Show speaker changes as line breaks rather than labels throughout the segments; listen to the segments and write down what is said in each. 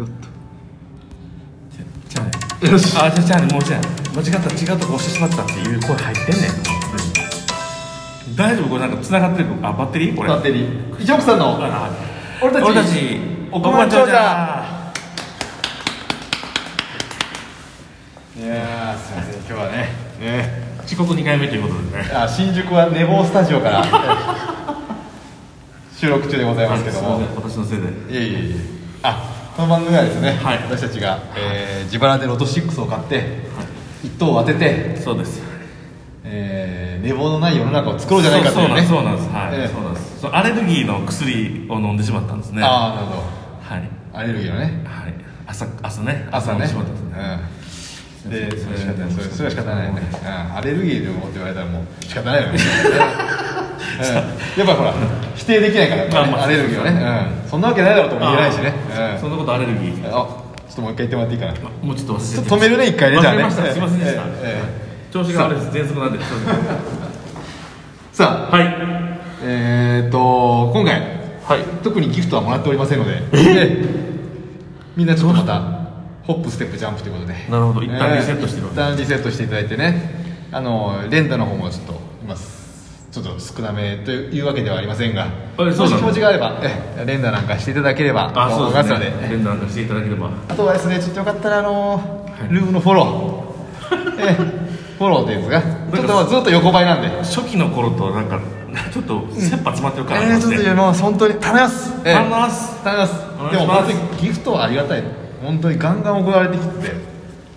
よっ
じゃあね
とよし
あじゃあじゃあねもうじゃあ間違った違うとこ押してしまったっていう声入ってんねん大丈夫これなんか繋がってるあバッテリーこれ
バッテリージョークさんの
あ
俺たち
俺たち
億万長者
いやーすいません今日はねね
遅刻2回目ということでね
あ新宿は寝坊スタジオから 収録中でございますけども
すいません私のせいで
いえいえいえあこの番組はですね、
はい
私たちが、えー自腹でロト6を買って、1等を当てて、
そうです
えー寝坊のない世の中を作ろうじゃないかというね
そうそうなんですそうなんですはい、
ええ
そうなんですそうアレルギーの薬を飲んでしまったんですねは
ああなるほ
い
どアレルギーのね
はい朝朝ね
朝
飲ん
ね
でしまったんですね
うんでそれは仕方ないそれそれは仕方ないよね、
そう
うんアレルギーでもって言われたらもう仕方ない よね、うんやっぱほら否定できないから、
まあまあ
アレルギーはね、うんそんなわけないだろうとも言えないしね
あーそ
うん
んなことアレルギー
あちょっともう一回言ってもらっていいかな
もうちょっと忘れて
ちょっと止めるね一回ね
忘
じゃあ
れ
ね
ましたすいませんでした、
えええ
調子が悪いです喘息なんで
えさあ
はい
えー、っと今回、
はい
特にギフトはもらっておりませんのででみんなちょっとまたホップステップジャンプということで
なるほど一旦リセットしてる
えー一旦リセットしていただいてねあの連打の方もちょっと今ちょっと少なめというわけではありませんが
あそうなの
もし気持ちがあればええ連打なんかしていただければ
あそうです
思いますの
ね連打なんかしていただければ
あとはですね、ちょっとよかったら、あのールームのフォロ ー、ええフォローっていうんですか、ちょっとずっと横ばいなんで、
初期の頃となんかちょっと切羽詰まってる
え
から
えちょっともう本当に頼みます、ええ
頼みます
頼みます
お願いします
でも本当にギフトはありがたい、本当にガンガン送られてきて、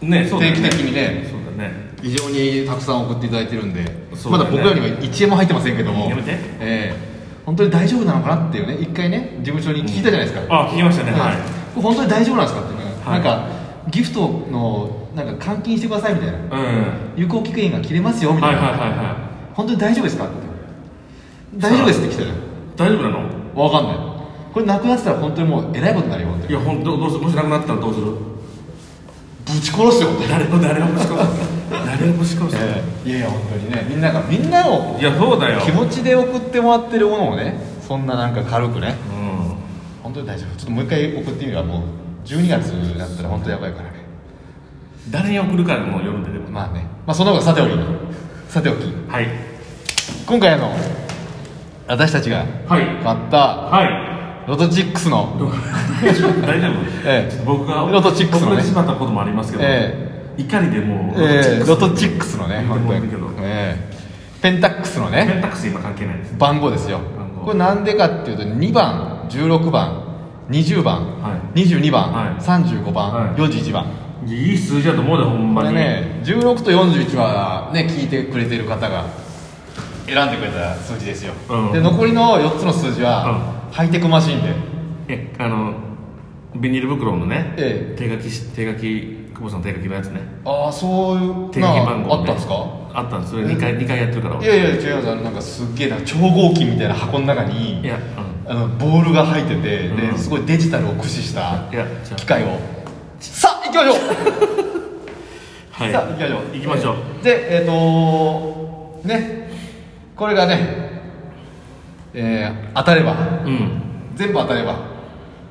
ねそうだね
定期的にね
そうだね
非常にたくさん送っていただいてるんで、
そう
ま
だ
だ
ね
僕よりは1円も入ってませんけども、
やめて
ええ本当に大丈夫なのかなっていうね、一回ね、事務所に聞いたじゃないですか。
あ聞きましたねはい
これ本当に大丈夫なんですかってね、
はい
なんかギフトのなんか換金してくださいみたいな
うん
有効期限が切れますよみた
はいいはい
な、
はいは
本当に大丈夫ですかって大丈夫ですって来てる
い大丈夫なの
わかんないこれなくなってたら本当にもうえらいことになるよ本当
い
に
や本当どうするもしなくなったらどうする
ぶち殺すよ本当に
誰を誰をぶち殺 す誰をぶち殺す
ええいやいや本当にねみんながみんなの
いやそうだよ
気持ちで送ってもらってるものをねそんななんか軽くね
うん
本当に大丈夫ちょっともう一回送ってみればもう12月だったら本当やばいからね
誰に送るかでもよるんででも
まあねまあそんなことはさておきさておき
はい
今回あの私たちが
はい
買った
はい
ロトチックスの、
大丈夫
ええ
ちょっと僕が
ロトチックスのね
遅れてしまったこともありますけど
え
怒りでもう
えーロトチ
ク
ックスのね
ロト
本当
チックス
に、ええペンタックスの
ス
ね
選択肢今関係ないです
番号ですよ
番号
これなんでかっていうと2番16番20番、
は
22番、
はい
35番、
はい
41番
いいい数字だと思うでほん
こ
ま
れ
に
ね16と41はね聞いてくれてる方が選んでくれた数字ですよ、
うん
で残りの4つの数字は、ハイテクマシンで
えあのビニール袋のね、
え
手書きし手書き久保さんの手書きのやつね
ああそういう
手書き
な
番号、ね、
あったんですか
あったんですそれ2回二回やってるから
いやいや違うあのなんかすっげえな超合金みたいな箱の中に
いやうん
あのボールが入ってて、
う
で
ん
すごいデジタルを駆使した
いやじゃあ
機械をさあ行きましょう、
はい
さあ行きましょう
行きましょう
でえっ、とねこれがねえー当たれば
うん
全部当たれば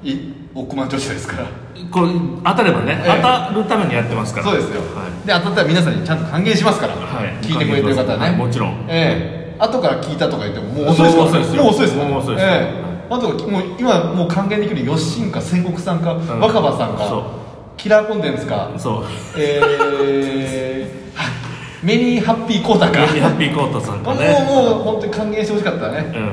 い億万長者ですから
これ当たればね、
ええ
当たるためにやってますから
そうですよ、
はい
で当たったら皆さんにちゃんと還元しますから、
はい
聞いてくれてる方は
は
ね、
いもちろん
ええ後から聞いたとか言ってももう遅いですから
も
もう
う
遅
遅い
いで
ですす
も
よ
う遅
もう遅
いです
いです
ええあともう今もう還元できる吉進か戦国さんか、
ん
若葉さんか
そう
キラーコンテンツか
そう
えー、メリーハッピーコー タか
メリーハッピーコートさん
も
か
う
ね
もう本当に還元してほしかったね、
うん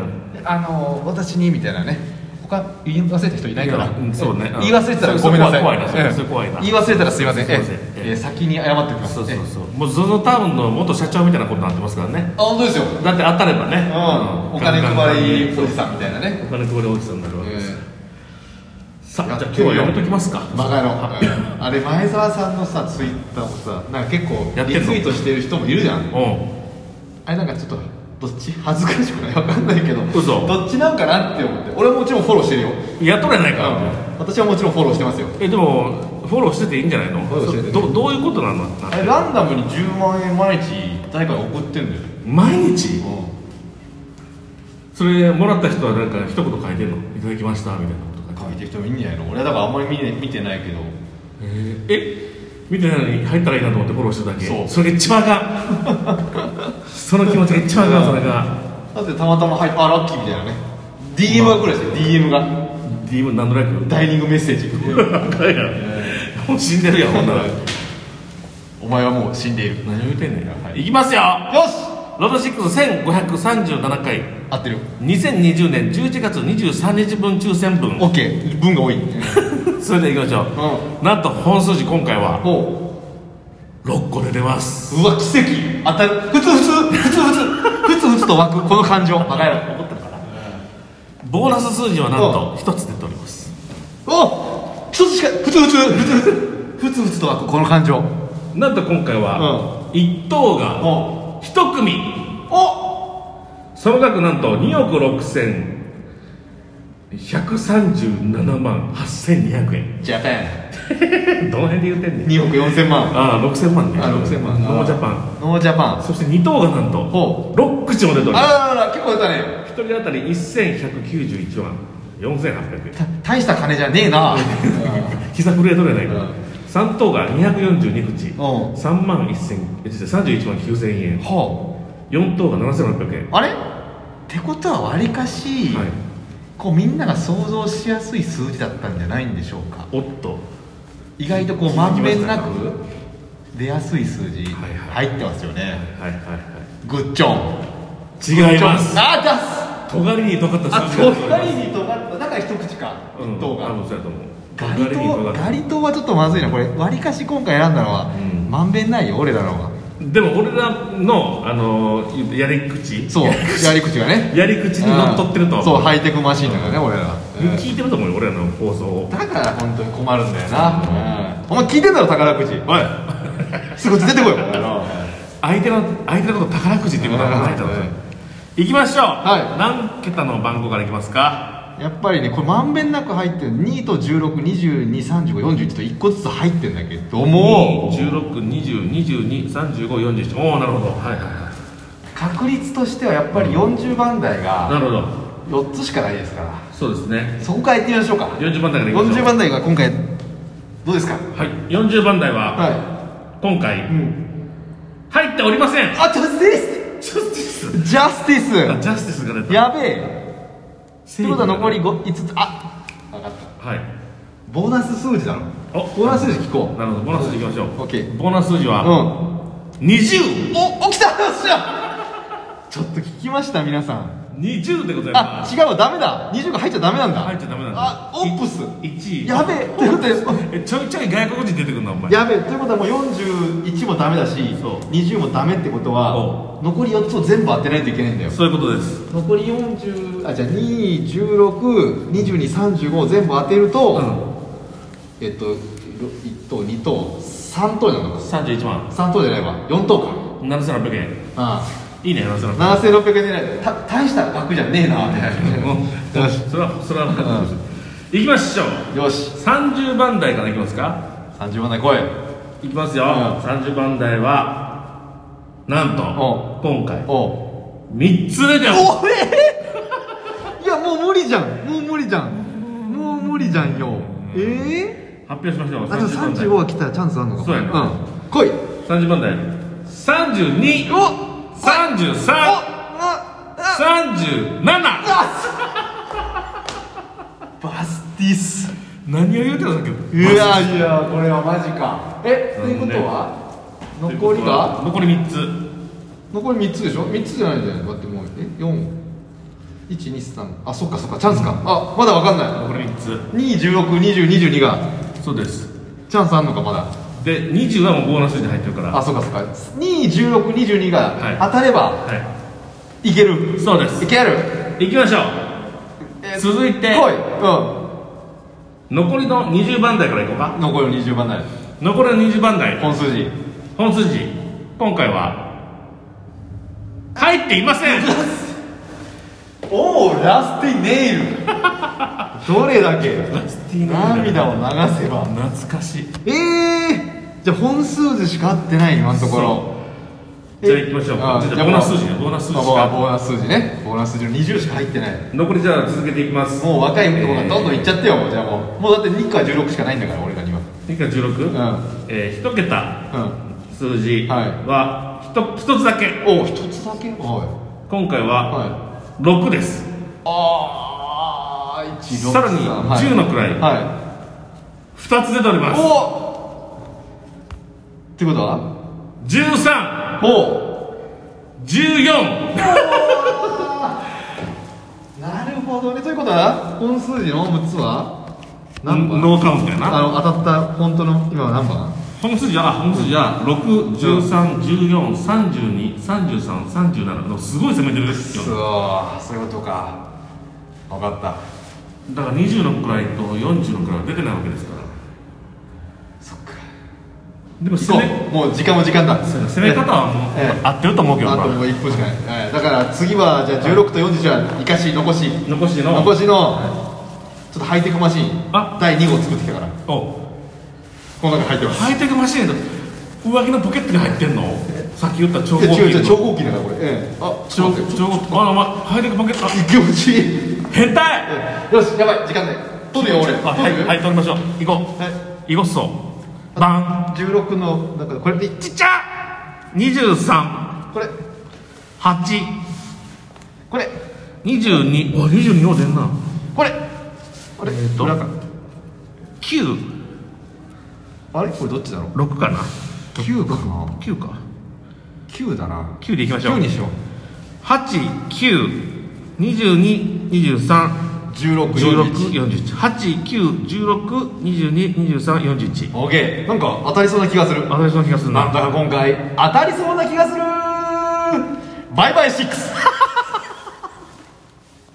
あの私にみたいなね他言い忘れた人いないから、
いやうんそうねうん
言い忘れてたらごめんなさい
それ怖いな
うん
それ怖いな
言い忘れたらすいません
すいません
ええ
ええ
ええ先に謝っておきます
そうそう
ええ
そうもう ZOZO タウンの元社長みたいなことになってますからね
あ本当ですよ、
だって当たればね、
うん
うん
お
ガ
金配り
ンガンガンガン
おじさんみたいなね、
お金配りおじさんになるわけ
え
です、
え
さ
や
あ
っ
じゃあ
てみ
今日
よう
はやめときますか
バカ野郎うんあれ前澤さんのさツイッターもさなんか結構
やってん
リ
の
ツイートしてる人もいるじゃん
うん
あれなんかちょっとどっち恥ずかしくないわかんないけど
嘘
どっちなんかなって思って俺ももちろんフォローしてるよ、
やっとるやないか、
うん、私はもちろんフォローしてますよ
えでもフォローしてていいんじゃないの
フォローしてて
どどういうことなの
あれランダムに10万円毎日誰かに送ってんだよ
毎日それもらった人はなんか一言書いてんのいただきましたみたいなこと書
鍵適当に見んねやろ俺はだからあんまり見,、ね、見てないけど
えーえ見てないのに入ったらいいなと思ってフォローしてただけ
そう
れが一番あか んその気持ちが一番あかんそれが
だってたまたま入ってあラッキーみたいなね DM が来るんですよ DM が
DM 何となく
ダイニングメッセージ
大やもう死んでるやんほんなら
お前はもう死んでいるよし
何を言ってんねん、いきますよロード61537回
合ってる
2020年11月23日分抽選分
OK 文が多いね
それでいきましょう、なんと本数字今回は
も
6個出てます
ううわ奇跡当たる普通普通普通普通普通普通と湧くこの感情バカ野郎怒ったから
ボーナス数字はなんと1つ出ております
お一つしか普通普通普通普通普通と湧くこの感情
なんと今回は1等が
お
1組
お
その額なんと2億6137万8200円
ジャパ
どの辺で言ってんね
ン
ん
2億4000万
ああ6000万ね
あ6000万
ノージャパン
ノージャパン
そして2等がなんと
ほ
6口も出ており
あ
ます
ららら結構出たね
一人当たり1191万4800円
た大した金じゃねえな
膝震えとれないか
う
ら
ん
3等が242口
うん
3万1000え実は31万9000円
ほ
4等が7600円
うあれってことはわりかし、
はい
こうみんなが想像しやすい数字だったんじゃないんでしょうか
おっと
意外とこうまんべんなく出やすい数字
はいは
入ってますよね
はいはいは
グッチョン
い違います
あー出す
尖りに尖った
あ
数字が出てお
と
り
が
ます
りにとがっただから一口か
うん
一等が
多分そうやと思う
ガリ
尖りに尖
島
った
ガリ島はちょっとまずいなこれわりかし今回選んだのは
うん
まんべんないよ俺らのは
でも俺らの、あのーやり口
そうやり口がね
やり口にのっとってるとは
そう
思う
ハイテクマシンだからね俺ら
聞いてると思うよ俺らの放送を
だから本当に困るんだよなお前聞いてんだろ宝くじ
おい
すぐ出てこいよ
相手の相手のこと宝くじっていうことは考えたの
はい
ね行きましょう、
はい
何桁の番号からいきますか
やっぱりねこれまんべんなく入ってる2と16223541と1個ずつ入ってんだけども
1620223541おおなるほどはいはいは
確率としてはやっぱり40番台
いな
が
るほど
4つしかないですから
そうですね
そこからいってみましょうか
40番台からいきましょう
40番台が今回どうですか
はい40番台は、
は
今回、
い、うん、
入っておりません
あジャステ
ジャスティ
ィスジャステ
あ
ィ
ジャスティスが出
ス
た
やべえって
正義
こと
だ
は
ね
残り 5, 5つあ分かった
はい
ボーナス数字だろ
お
ボーナス数字聞こう
なるほどボーナス数字いきましょう
オッケー
ボーナス数字
う
は、
ん
2020
お起きたよっしゃちょっと聞きました皆さん
でございま
あ
す
違うわダメだ25入っちゃダメなんだ
入っちゃダメなんだ
あオップス
1位
やべえということで
えちょいちょい外国人出てくるなお前
やべえということはもう41もダメだし
そう
20もダメってことは
お
残り4つを全部当てないといけないんだよ
そういうことです
残り40あじゃあ2162235を全部当てると、えっと1等2等3等になるのか
31万
3等じゃないわ4等か
7600円
あ
いいね7600円
あ7600円狙いた大した額じゃねえなみたいなよし
それはそれは分かってますいきましょう
よし
30番台からいきますか
30万台来い
いきますよ、
うん
30番台はなんと
お
今回
お
3つ目だよ
おえーいやもう無理じゃんもう無理じゃんもう無理じゃんよええ
発表しましょう
あでも35は来たらチャンスあんのか
そうやね
うん来い
30番台32
おお
3337
ああバスティス
何を言うてたんだっけ
いやいやこれはマジかえということは残りが
残り3つ
残り3つでしょ3つじゃないんじゃないだってもうえ四4123あそっかそっかチャンスかあまだわかんない
残り3つ
2162022が
そうです
チャンスあんのかまだ
で20はもうボーナス数字入ってるから
あそうかそうか21622
はい
が当たれば
はい
ける、
いそうです
い、ける、
いきましょう
え
続いて
来いうん
残りの20番台からいこうか
残りの20番台
残りの20番台
本数字
本筋今回は入っていません
おおラスティネイルどれだけ涙を流せば
懐かしい
ええー、じゃあ本数字しか合ってない今のところ
じゃあ行きましょう
あ
じゃあボーナス数字ねボーナス数字
ま
か
あボーナボーナス数字ねボーナス数字の20しか入ってない
残りじゃあ続けていきます
もう若い子がどんどんいっちゃってよ、じゃあもうもうだって2か16しかないんだから俺らには
以下16、
ん
えー、1桁
う
数字はひと一、つだけ
んお一つだけは
今回
い
は
は
6です、
いああ一
さらに10の位
は
二2つ出ておりま
い、
す
おってことは
1314
おなるほどねということは本数字の6つは何番
ノーカウントや
あ
な
の当たった本当の今は何番
本数字はあ本数字は61314323337のすごい攻めてるよ
そうそういうことか分かった
だから20の位と40の位は出てないわけですから
そっか
でも
そ
攻
う
め
もう時間も時間だ
攻め方はもう、
ええ
合ってると思うけど
あとも
な
う1分しかない、はい、だから次はじゃあ16と40じゃ生かし残し
残しの
残しのちょっとハイテクマシーン
あ
第2号作ってきたから
お
この中入ってます
ハイテクマシーンだ上着のポケットに入ってんのさっき言った超合
いや
金
違う違う超合金だからこれ、ええ、あちょ
超
っと待って
超合金あらまハイテクポケットあ
気持ちいい
変態
よしやばい時間ない取るよ俺
あは
取
い
る
はい取りましょう行こ
はいう
行こっそうバン
16のなんかこれでいっ
ちっちゃ23
これ
8
これ
22あ22は出んな
これあれ、
えーと
裏か
96
あれこれどっちだろう
かな
9かな
9か
9だな
9でいきましょう
9にしよう
892223
16 41
16418916222341
OK なんか当たりそうな気がする
私の気がする
なん
な
だか今回当たりそうな気がするバイバイシックス